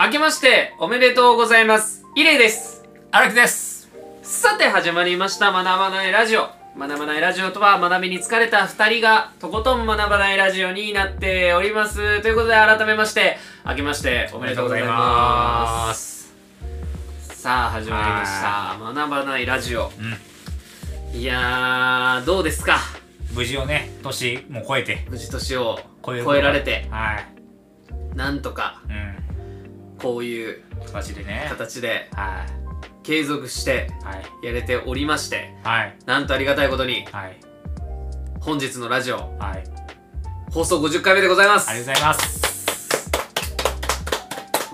明けましておめでとうございますイレイです荒木ですさて始まりました学ばないラジオ学ばないラジオとは学びに疲れた2人がとことん学ばないラジオになっておりますということで改めまして明けましておおめでとうございますすさあ始まりました学ばないラジオういやーどうですかん無事をね年もう超えて無事年を超超ええるられてはいなんとかうんこういう形でね形では継続していはいやれておりましてはいなんとありがたいことにはい本日のラジオはい放送50回目でございますありがとうございます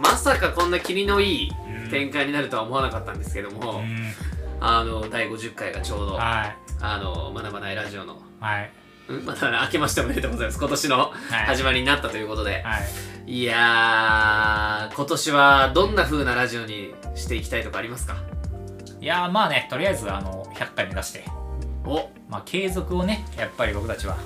まさかこんな霧のいいうん展開になるとは思わなかったんですけどうも、んあの第50回がちょうどあはいの学ばないラジオのはいうんまた明けましておめでとうございます今年のい始まりになったということで、はいい、やー今年はどんな風なラジオにしていきたいとかありますかいやーまあねとりあえずあの100回目指しておまあ継続をねやっぱり僕たちは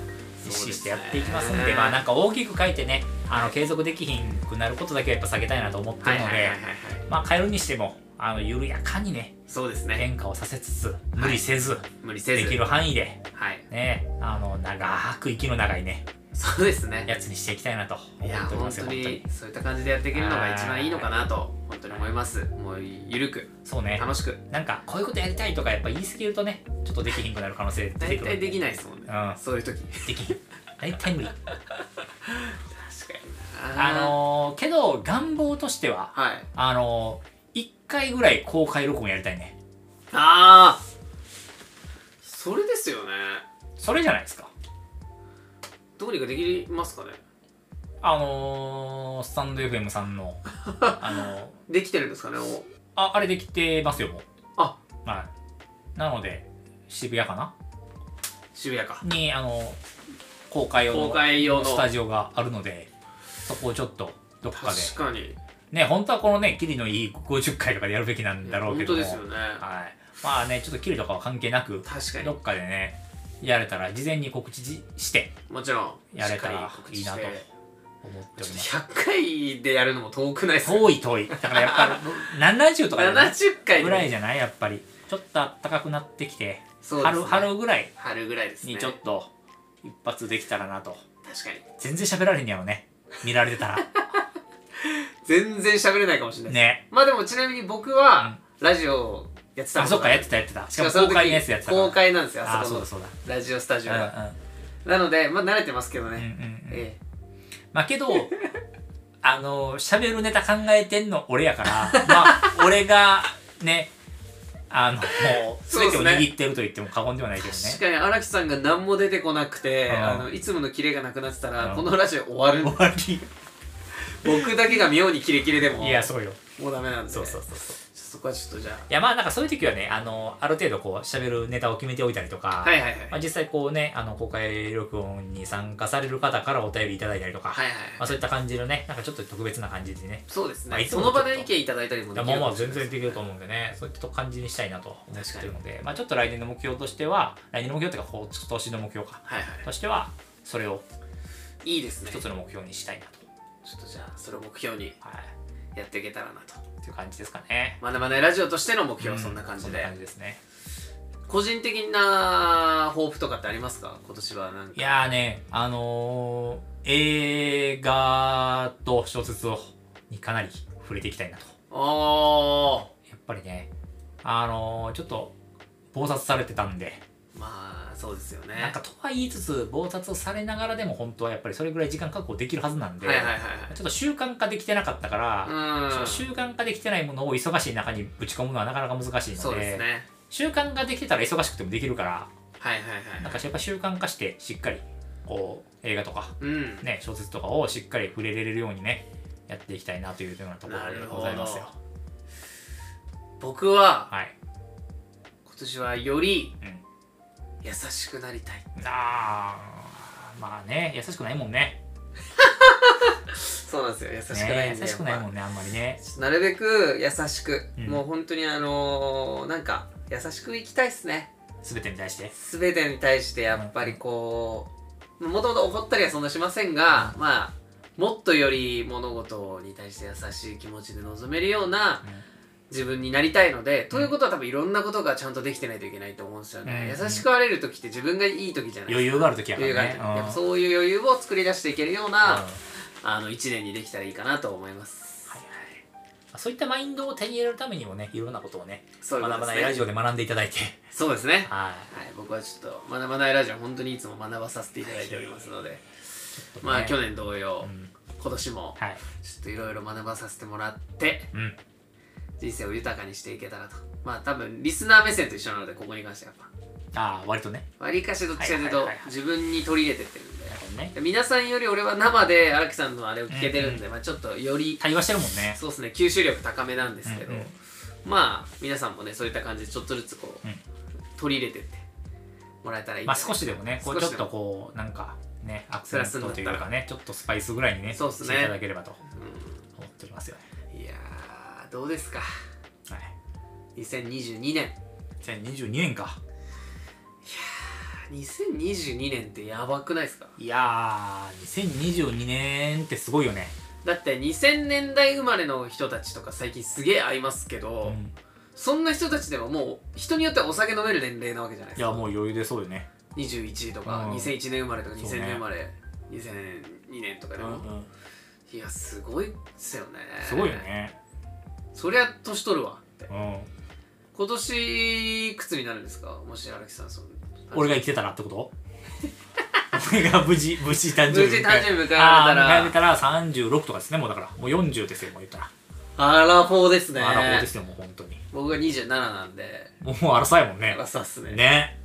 意識してやっていきますんでそうですねまあなんか大きく書いてねあの継続できひんくなることだけはやっぱ避けたいなと思ってはいるはいのはいはいではいまあ変えるにしてもあの緩やかにねそうですね変化をさせつつ無理せず、無理せずできる範囲ではいねあの長く息の長いねそうですねやつにしていきたいなとい思やっており本ます当よにそういった感じでやっていけるのが一番いいのかなと本当に思いますもうゆるくそうね楽しくなんかこういうことやりたいとかやっぱ言い過ぎるとねちょっとできひんくなる可能性出て大くる体んでできないですもんね、うんそういう時確できひん大体無理かになあのー、けど願望としてははいあのー、1回ぐらい公開録音やりたいねああそれですよねそれじゃないですかどうにかできますかねあのー、スタンド FM さんのあのー、できてるんですかねおああれできてますよもうあはいなので渋谷かな渋谷かにあの公開用公開用ののスタジオがあるのでそこをちょっとどっかで確かにね本当はこのねキリのいい50回とかでやるべきなんだろうけど本当もですよねはい、まあねちょっとキリとかは関係なく確かどにっかでねやれたら事前に告知ししてもちろんやれたしっらかり告知いいしなてと思っておりますちょっと100回でやるのも遠くないですね遠い遠いだからやっぱ り70とかじゃない70回ぐらいじじゃないやっぱりちょっとあったかくなってきて、そうです春ね春ぐらい春ぐらいですねにちょっと一発できたらなと確かに全然喋られへんやろね見られ てた全然喋れないかもしれならい、ねまあでもちなみに僕はラジオやってたあことそっかやっってたやってたししかかももその公時開のやつやってたから公開なんですよあああそそうこのだそうだラジオスタジオが、うなので、まあ、慣れてますけどね。んうんうんうんうんえま あけどあの喋るネタ考えてんの俺やか らまあ俺がねあのもうそうで全てすをね握ってると言っても過言ではないけどえ確ねかに荒木さんが何も出てこなくて、うんあのいつものキレがなくなってたら、うんこのラジオ終わる終わり僕だけが妙にキレキレでもいやそうよもうダメなんでそうそうそうそうそこはちょっとじゃいやまあなんかそういう時はねあのある程度こう喋るネタを決めておいたりとあか、はいはいはい、まあ、実際こうねあの公開録音に参加される方からお便りいただいたりとか、はいはいまあ、そういった感じのねなんかちょっと特別な感じでねそうですね、まあいつそもののちょ場っとで意見いただいたりもできまるあまあ全然できると思うんでねそういった感じにしたいなと思ってるので、まあ、ちょっと来年の目標としては来年の目標というか今年の目標かはいはとしてはそれをいいいですねち一ょっつの目標にしたいなと、とじゃあそれを目標にはい、やっていけたらなとっていう感じですかね学ばないラジオとしての目標はそんな感じうそんで、な感じですね個人的な抱負とかってありますか今年はなんかいやーねあのー、映画と小説をにかなり触れていきたいなとおーやっぱりねあのー、ちょっと暴殺されてたんでまあそうですよねなんかとは言いつつ暴殺をされながらでも本当はやっぱりそれぐらい時間確保できるはずなんで、はいはいはいちょっと習慣化できてなかったから、はいそうのん習慣化できてないものを忙しい中にぶち込むのはなかなか難しいのそうでですね習慣ができてたら忙しくてもできるからはいはいはなんいかやっぱ習慣化してしっかりこう映画とか、うんね、小説とかをしっかり触れられるようにねやっていきたいなというようなところでございますなよる。僕ははい、今年はよりうん優しくなりたいあーまあね優しくないもんねそうなんですよ優しくないねんで優しくないもやっんねあんまりねぱちょっとなるべく優しく、うんもう本当にあのー、なんか優しくいきたいっすね全てに対して。全てに対してやっぱりこうもともと怒ったりはそんなしませんが、まあもっとより物事に対して優しい気持ちで臨めるようなうん自分になりたいので、ということは多分いろんなことがちゃんとできてないといけないと思うんですよね、うん優しくあれる時って自分がいい時じゃない余裕がある時やか余裕がらあるね時やっぱうそういう余裕を作り出していけるよううんな、はいあの1年にできたらいいかなと思いますはいそういったマインドを手に入れるためにもねいろんなことをねそういうこ学とばでないラすジねオで学んでいただ いてそうですねははい、僕はちょっと学ばないラジオ本当にいつも学ばさせていただいておりますので、まあ去年同様、い、うん、今年もはいちょっといろいろ学ばさせてもらってうん人生を豊かにしていけたらとまあ多分リスナー目線と一緒なのでここに関してはやっああ割とねぱわりかしどっちかというとはいはいはいはい自分に取り入れてってるんでねで皆さんより俺は生で荒木さんのあれを聞けてるんで、まあ、ちょっとより対話してるもんねそうですね吸収力高めなんですけど、うんうんまあ皆さんもねそういった感じでちょっとずつこう、うん取り入れてってもらえたらいいまなあ少しでもねこう少ちしょっでもとこうなんかねアクプセランスになトっとたいらうかねちょっとスパイスぐらいにねそうっすねしていただければとうん思っておりますよねいやーどうですかはい2022年2022年か2022年ってやばくないですかいやー2022年ってすごいよね、だって2000年代生まれの人たちとか最近すげえ会いますけど、うんそんな人たちでももう人によってはお酒飲める年齢なわけじゃないでいすやかもう余裕でそうよね21とか、うん2001年生まれとかそうね2000年生まれ、2002年とかでも、いやすごいっすよねすごいよねそりゃ年取るわってうん今年いくつになるんですかもし荒木さんその俺が生きてたらってこと 俺が無事無事誕無生事日誕生日迎えられたあー迎えられたら36とかですねもうだからもう40ですよもう言ったら、アラフォーですねあらもうですよもう本当に僕が27なんでもう荒さやもんね荒さっすねね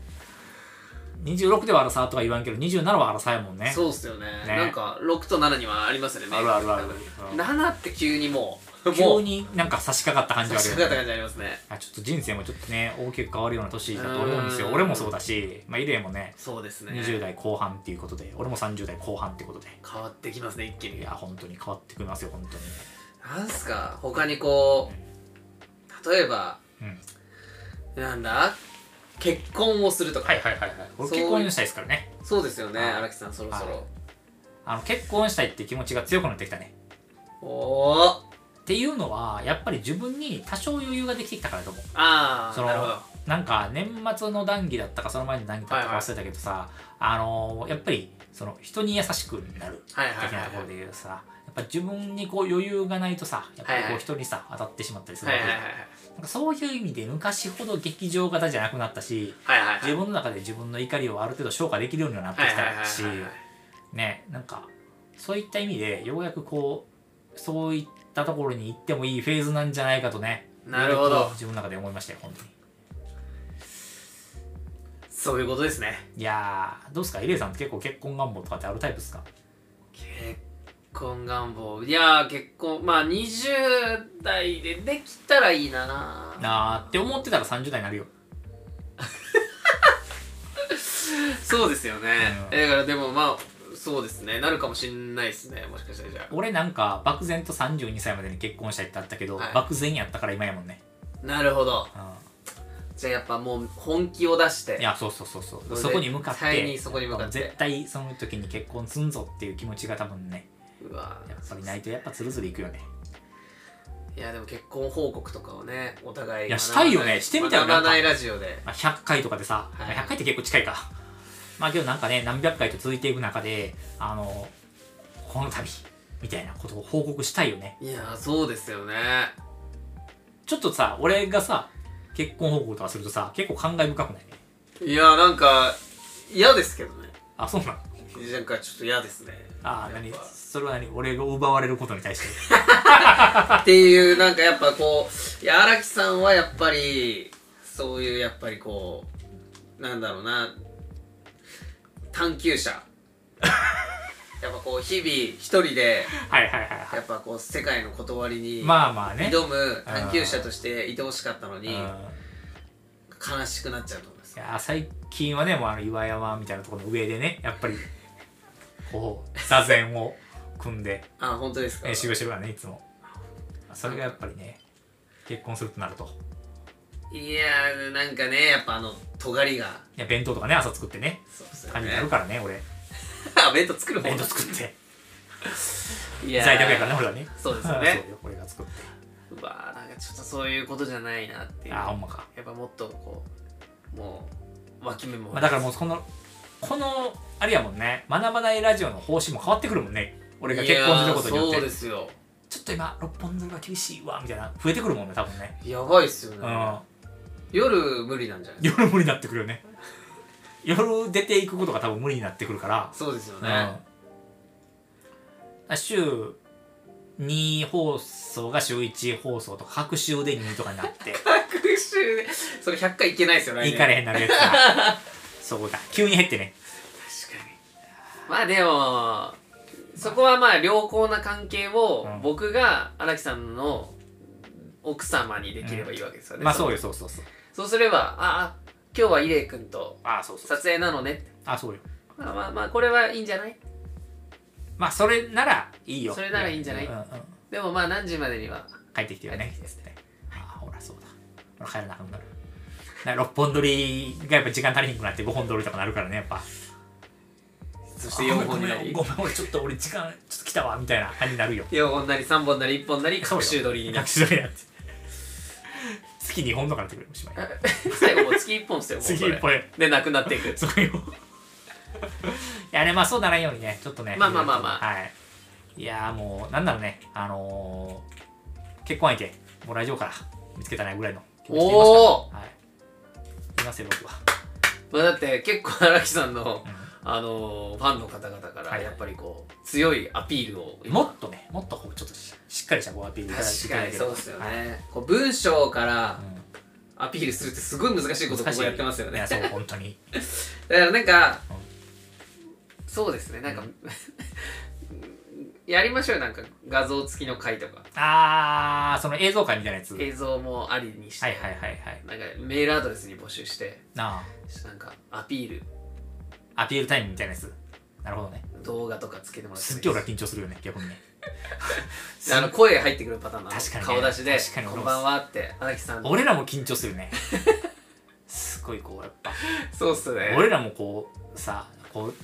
26では荒さとは言わんけど27は荒さやもんねそうっすよねねなんか6と7にはありますよねあるあるあるうん7って急にもうも急うになんか差し掛かった感じは差あしるよ掛かったね感じありますねあちょっと人生もちょっとね大きく変わるような年だと思うんですようん俺もそうだし、まあ、イレイもねそうですね20代後半っていうことで俺も30代後半ってことで変わってきますね一気いにや本当に変わってきますよ本当になんすか他にこう例えばうんなんだ結婚をするとか、はいはいはいはい俺そう結婚したいですからねそうですよねはい荒木さんそろそろ、はいあの結婚したいって気持ちが強くなってきたねおおっていうのはやっぱり自分に多少余裕ができてきたからだと思うああそのなるほどなんか年末の談義だったかその前の談義だったか忘れたけどさ、あのーやっぱりその人に優しくなるはいはい的はいなところで言うとさ、やっぱ自分にこう余裕がないとさやっぱりこう人にさ当たってしまったりするはわいけはいじゃんはいなんかそういう意味で昔ほど劇場型じゃなくなったしはいはいはい自分の中で自分の怒りをある程度消化できるようにはなってきはいはいたはいしはいはいねなんかそういった意味でようやくこうそういったところに行ってもいいフェーズなんじゃないかとねなるほど自分の中で思いましたよ本当にそういうことですねいやーどうですかエレイさんって結構結婚願望とかってあるタイプですか結婚願望いやー結婚まあ20代でできたらいいななーって思ってたら30代になるよそうですよね、うんえだからでもまあそうですねなるかもしんないですねもしかしたらじゃ俺なんか漠然と32歳までに結婚したいってあったけど、はい漠然やったから今やもんね、あなるほどうじゃあやっぱもう本気を出しん、いてやそうそうそうそうそこに向かっ絶対てにそこに向かって絶対その時に結婚すんぞっていう気持ちが多分ねうわーやっぱりないとやっぱつるつるいくよねいやでも結婚報告とかをねお互いいやしたいよねしてみたい学なばんかないラジオでまあ、100回とかでさ、はいまあ100回って結構近いか。まあけどなんかね、何百回と続いていく中で、あの、この度、みたいなことを報告したいよね。いやーそうですよねちょっとさ、俺がさ、結婚報告とかするとさ、結構感慨深くないね。いやーなんか嫌ですけどねあ、そうなのなんかちょっと嫌ですねあ、やっ何ぱそれは何俺が奪われることに対して。っていうなんかやっぱこういや荒木さんはやっぱりそういうやっぱりこうなんだろうな探求 者やっぱこう日々一人で はいはいはいはやっぱこう世界の断りい。にまあまあね。挑む探求者としていてほしかったのうん、にい悲しくなっちゃうと思いますや、最近はね、もうあの岩山みたいなところの上でね、やっぱり、こう、座禅を組んで。あ本当ですかえー、修行してるからねいつもそれがやっぱりね結婚するとなるといやーなんかねやっぱあの尖りがいや弁当とかね朝作ってね そうですよ感じにねなるからね俺弁当作るも弁ん当作っていやー在宅やからね俺らねそうですよ そねうよ俺が作ってうわーなんかちょっとそういうことじゃないなっていうああほんまか、やっぱもっとこうもう脇目も、まあ、だからもうこのこのあれやもんね学ばないラジオの方針も変わってくるもんね俺が結婚することによいやーそうっでてすよちょっと今六本鶴が厳しいわみたいな増えてくるもんね多分ねやばいっすよね、うん夜無理なんじゃないです夜無理になってくるよね夜出ていくことが多分無理になってくるからかそうですようね、んあ週2放送が週1放送とか各週で2とかになって 学習でそれ100回いけないですよ来年行かれへんなるやつが そうだ急に減ってね確かにまあでもそこはまあ良好な関係をうん僕が荒木さんの奥様にできればいいわけですよね、まあそううよそうそうそうそうすればああ今日は伊礼君とあそうそう撮影なのねってあそうよまあまあまあこれはいいんじゃないまあそれならいいよそれならいいんじゃないうんうん、でもまあ何時までには帰ってきてよ帰っねてきてですああほらそうだほら帰らなあかんなるな6本撮りがやっぱ時間足りひんくなって5本撮りとかなるからねやっぱそあごめんごめん俺ちょっと俺時間ちょっと来たわみたいな感じになるよ4本なり3本なり1本なりそう各よ週撮りになる学習撮りになって月2本とかなってくるおしまい最後もう月1本ですよもう 月これ1本やでなくなっていくそうよ いやねまあそうならんようにねちょっとねまあまあまあまあはいいやーもうなんだろうねあのー、結婚相手もう来場から見つけたねぐらいの気持ちでいますからおおはいいますよ僕はまあだって結構荒木さんのうんあのーファンの方々かはらいやっぱりこう強いアピールをもっとね、もっとこうちょっとししっかりしたごアピールいただいて確いたかだにけそうばですよはいねこう文章からうんアピールするってすごい難しいことをここやってますよいねやそう、本当に。だからなんかうんそうですねなんか やりましょうよなんか画像付きの回とかあー、その映像館みたいな やつ。はい映像もありにしてはいはいはい。なんかメールアドレスに募集してななんかアピールあ、アピールタイムみたいなやつ。なるほどね。動画とかつけてもらってすもっいげえい俺では緊張するよね、逆にね。すあの声入ってくるパターンの確かにね顔出しで確かに「俺こもんばんは」って荒木さんの俺らも緊張するね。すごいこう、やっぱ。そうっすね俺らもこう、さ、こう、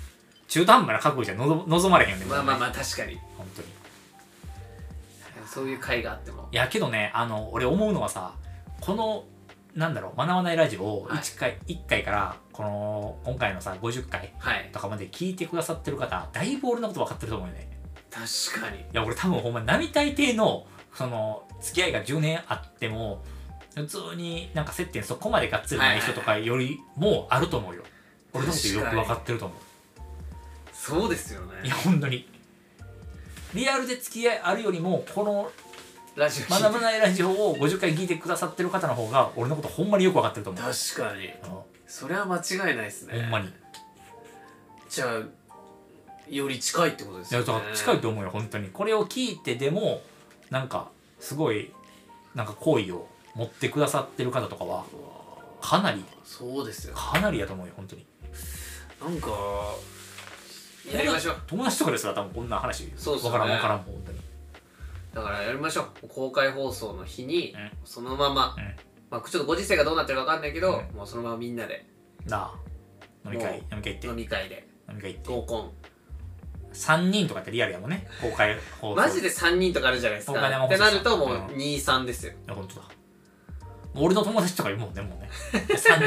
中途半端な覚悟じゃのぞ望まれへんよね。まあまあまあ。あ確かに本当に。そういう回があってもいやけどねあの俺思うのはさこのなんだろう学ばないラジオをはい1回,、一回からこの今回のさ50回はいとかまで聞いてくださってる方だいぶ俺のこと分かってると思うよね確かにいや俺多分ほんま並大抵のその付き合いが10年あっても普通になんか接点そこまでがっつりない人とかよりもあると思うよ俺のことよく分かってると思うそうですよいねや本当にリアルで付き合いあるよりもこのラジオ聞いて学ばないラジオを50回聞いてくださってる方の方が俺のことほんまによく分かってると思う確かにあのそれは間違いないですねほんまにいじゃあより近いってことですやよだねから近いと思うよ本当にこれを聞いてでもなんかすごいなんか好意を持ってくださってる方とかうはわかなりそうですよかなりやと思うよ本当になんかやりましょう友達とかですら多分こんな話そうっすよねわからんわからんもん本当にだからやりましょう公開放送の日にうんそのままうんまあちょっとご時世がどうなってるかわかんないけどうもうそのままみんなでなあ飲み会も飲み会行って飲み会で飲み会行って合コン3人とかってリアルやも んね公開放送マジで3人とかあるじゃないですお金かもってなるともううん23ですよいや本当だもう俺の友達とかいるもんねもうね 3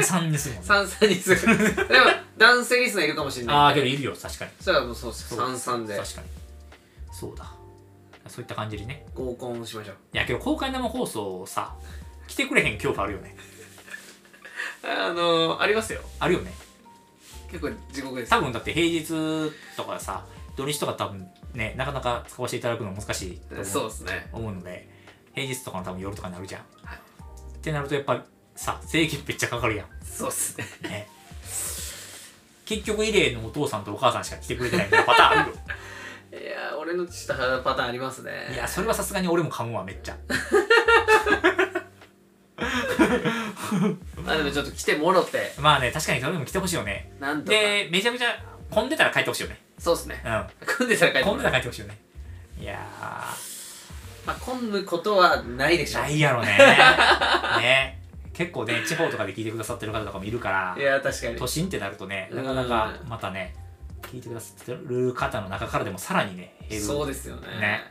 三にするもんね33にす るでも男性リスナーいるかもしれないああけどいるよ確かにそしたらもうそうですそう33で確かにそうだそういった感じでね合コンをしましょういやけど公開生放送さ来てくれへん恐怖あるよねあのー、ありますよあるよね結構地獄です多分だって平日とかさ土日とか多分ねなかなか使わせていただくの難しいと思うそうですね思うので平日とかの多分夜とかになるじゃん、はいってなるとやっぱさ制限めっちゃかかるやんそうっす ねね結局イレのお父さんとお母さんしか来てくれてないみたいなパターンあるよいやー俺のちょっとパターンありますね いやそれはさすがに俺も噛むわめっちゃまあでもちょっと来てもろってまあね確かにそれでも来てほしいよねなんとか でめちゃめちゃ混んでたら帰ってほしいよねそうっすねう混んでたら帰っんて混もんでらたらう帰ってほしいよねいやーまあ混むことはないでしょないやろ ねね結構ね地方とかで聞いてくださってる方とかもいるからいやー確かに都心ってなるとねなかなかうんまたね聞いてくださってる方の中からでもさらにね減るそうですよねね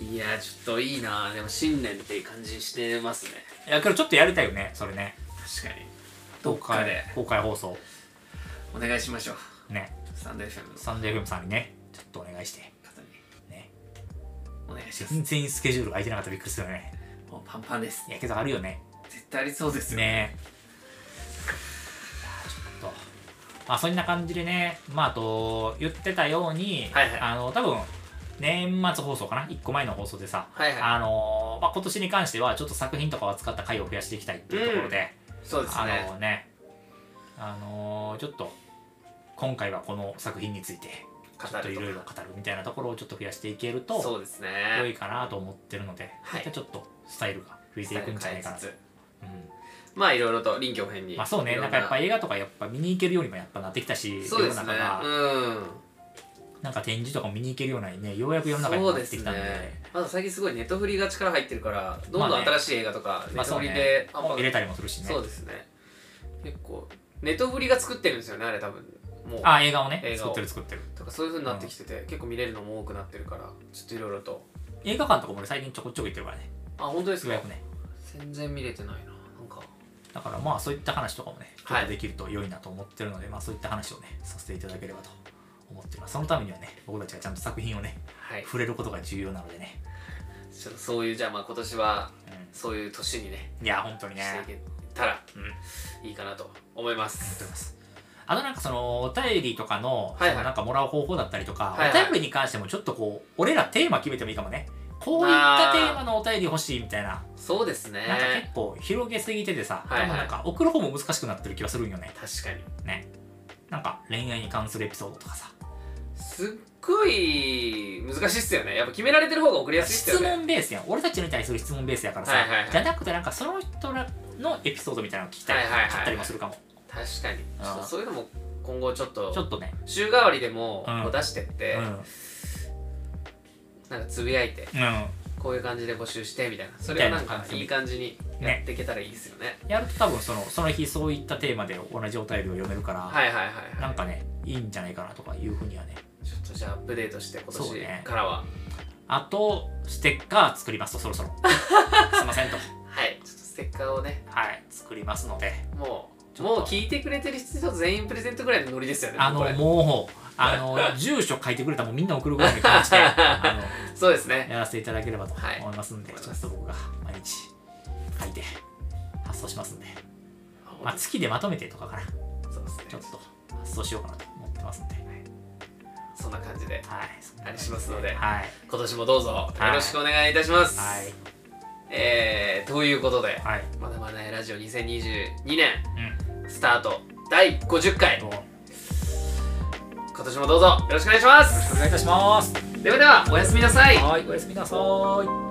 いやちょっといいなでも新年って感じしてますねいやけどちょっとやりたいよねそれね確かにど公っかで開公開放送お願いしましょうねスタンド FM のサンデーフェムさんにねちょっとお願いして方にねお願いします全然スケジュール空いてなかったらびっくりするよねもうパンパンですいやけどあるよね絶対ありそうですよねちょっとまあそんな感じでねまああと言ってたように、はいはいあの多分年末放送かな1個前の放送でさ、はいはいあのまあ、今年に関してはちょっと作品とかを扱った回を増やしていきたいっていうところで、そうですあねのねあのちょっと今回はこの作品についてちょっといろいろ語るみたいなところをちょっと増やしていけるとそうですね良いかなと思ってるので、はいまたちょっとスタイルが増えていくんじゃないかなと。伝えうんつつまあいろいろと臨機応変にまあそうね、いろなんんかやっぱ映画とかやっぱ見に行けるようにもやっぱなってきたし、そうで世すのね中が、うなんか展示とかも見に行けるようなね、ようやく世んの中にそうなっでてきすたんで、ねまだ最近すごいネットフリが力入ってるからどんまどあんね新しい映画とかネまあットそうフリねで、もう入れたりもするしねそ。うですね結構ネットフリが作ってるんですよねあれ多分もうあ、映画をね映画作をってる作ってる。とかそういう風になってきてて、結構見れるのも多くなってるからちょっといろいろと映画館とかも俺最近ちょこちょこ行ってるからね、あ本当ですよかうやくね。全然見れてないななんかだからまあそういった話とかもね、ちょはいっとできると良いなと思ってるので、まあそういった話をね、させていただければと思ってます。そのためにはね、僕たちがちゃんと作品をね、はい触れることが重要なのでね。ちょっとそういうじゃあまあ今年はうそういう年にねん、いや、本当にね。していけたらうんいいかなと思いま思ってす、ます。あとなんかそのお便りとかの,、はいはいそのなんかもらう方法だったりとか、はいはいお便りに関してもちょっとこう俺らテーマ決めてもいいかもねこういったテーマのお便り欲しいみたいな、そうですなんかね結構広げすぎててさ、はいはい多分なんか送る方も難しくなってる気がするんよね確かにねなんか恋愛に関するエピソードとかさすっごい難しいっすよねやっぱ決められてる方が送りやすいっ質すよね問ベースやん俺たちに対する質問ベースやからさ、はいはいはいじゃなくてなんかその人らのエピソードみたいなの聞きたい、はいはいはい聞いたりもするかも確かにうんちょっとそういうのも今後ちょっちょっととね、週替わりでもうんこう出してって、うなんかつぶやいてんうんこういう感じで募集してみたいなそれをなんかいい感じにやっていけたらいいですよねやると多分そのその日そういったテーマで同じお便りを読めるから、はいはいはいはいなんかね、いいんじゃないかなとかいうふうにはね。ちょっとじゃあアップデートして今そうね年からは、あと、ステッカー作りますと、そ ろそろ。すいませんと。はいちょっとステッカーをねはい、作りますので。もちうょっもとう聞いてくれてる人全員プレゼントぐらいのノリですよねあのこ、れもう、あの、住所書いてくれたらもうみんな送るぐらいの感 じで、あそうですの、ねやらせていただければとはい思いますんで、ちょっと僕が毎日書いて発送しますんで、まあ、月でまとめてとかかな、そうですねちょっと発送しようかなと思ってますんで、そんな感じではい、そんなあ感れじしますのではい。今年もどうぞよろしくお願いいたします、はい。えー、ということではい。 「まだまだラジオ2022年うん。」スタート第50回と、今年もどうぞよろしくお願いしますお願いいたします。ではではおやすみなさいはい、おやすみなさーい。